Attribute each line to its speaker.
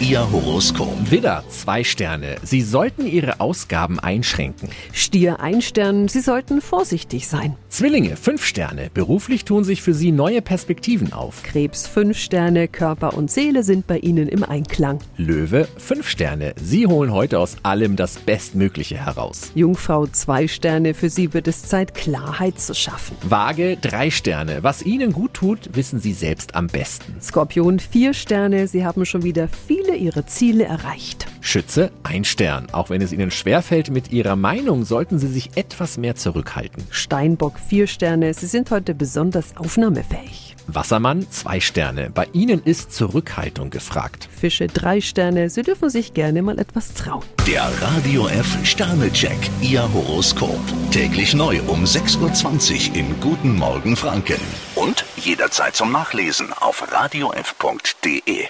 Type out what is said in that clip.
Speaker 1: Ihr Horoskop.
Speaker 2: Widder, zwei Sterne. Sie sollten Ihre Ausgaben einschränken.
Speaker 3: Stier ein Stern, Sie sollten vorsichtig sein.
Speaker 2: Zwillinge, fünf Sterne. Beruflich tun sich für Sie neue Perspektiven auf.
Speaker 3: Krebs fünf Sterne, Körper und Seele sind bei Ihnen im Einklang.
Speaker 2: Löwe, fünf Sterne. Sie holen heute aus allem das Bestmögliche heraus.
Speaker 3: Jungfrau zwei Sterne, für Sie wird es Zeit, Klarheit zu schaffen.
Speaker 2: Waage, drei Sterne. Was Ihnen gut tut, wissen Sie selbst am besten.
Speaker 3: Skorpion vier Sterne, Sie haben schon wieder viele Ihrer Ziele erreicht.
Speaker 2: Schütze, ein Stern. Auch wenn es Ihnen schwerfällt mit Ihrer Meinung, sollten Sie sich etwas mehr zurückhalten.
Speaker 3: Steinbock vier Sterne, Sie sind heute besonders aufnahmefähig.
Speaker 2: Wassermann, zwei Sterne. Bei Ihnen ist Zurückhaltung gefragt.
Speaker 3: Fische drei Sterne, Sie dürfen sich gerne mal etwas trauen.
Speaker 1: Der Radio F Sternecheck. Ihr Horoskop. Täglich neu um 6.20 Uhr im Guten Morgen Franken. Und jederzeit zum Nachlesen auf radiof.de.